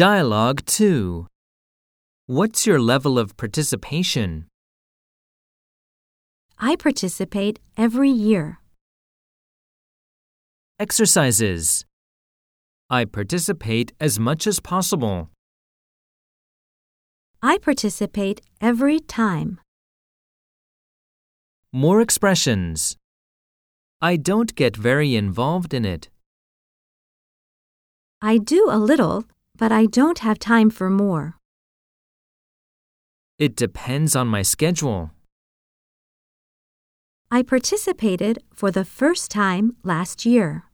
Dialogue 2 What's your level of participation? I participate every year. Exercises I participate as much as possible. I participate every time. More expressions. I don't get very involved in it. I do a little, but I don't have time for more. It depends on my schedule. I participated for the first time last year.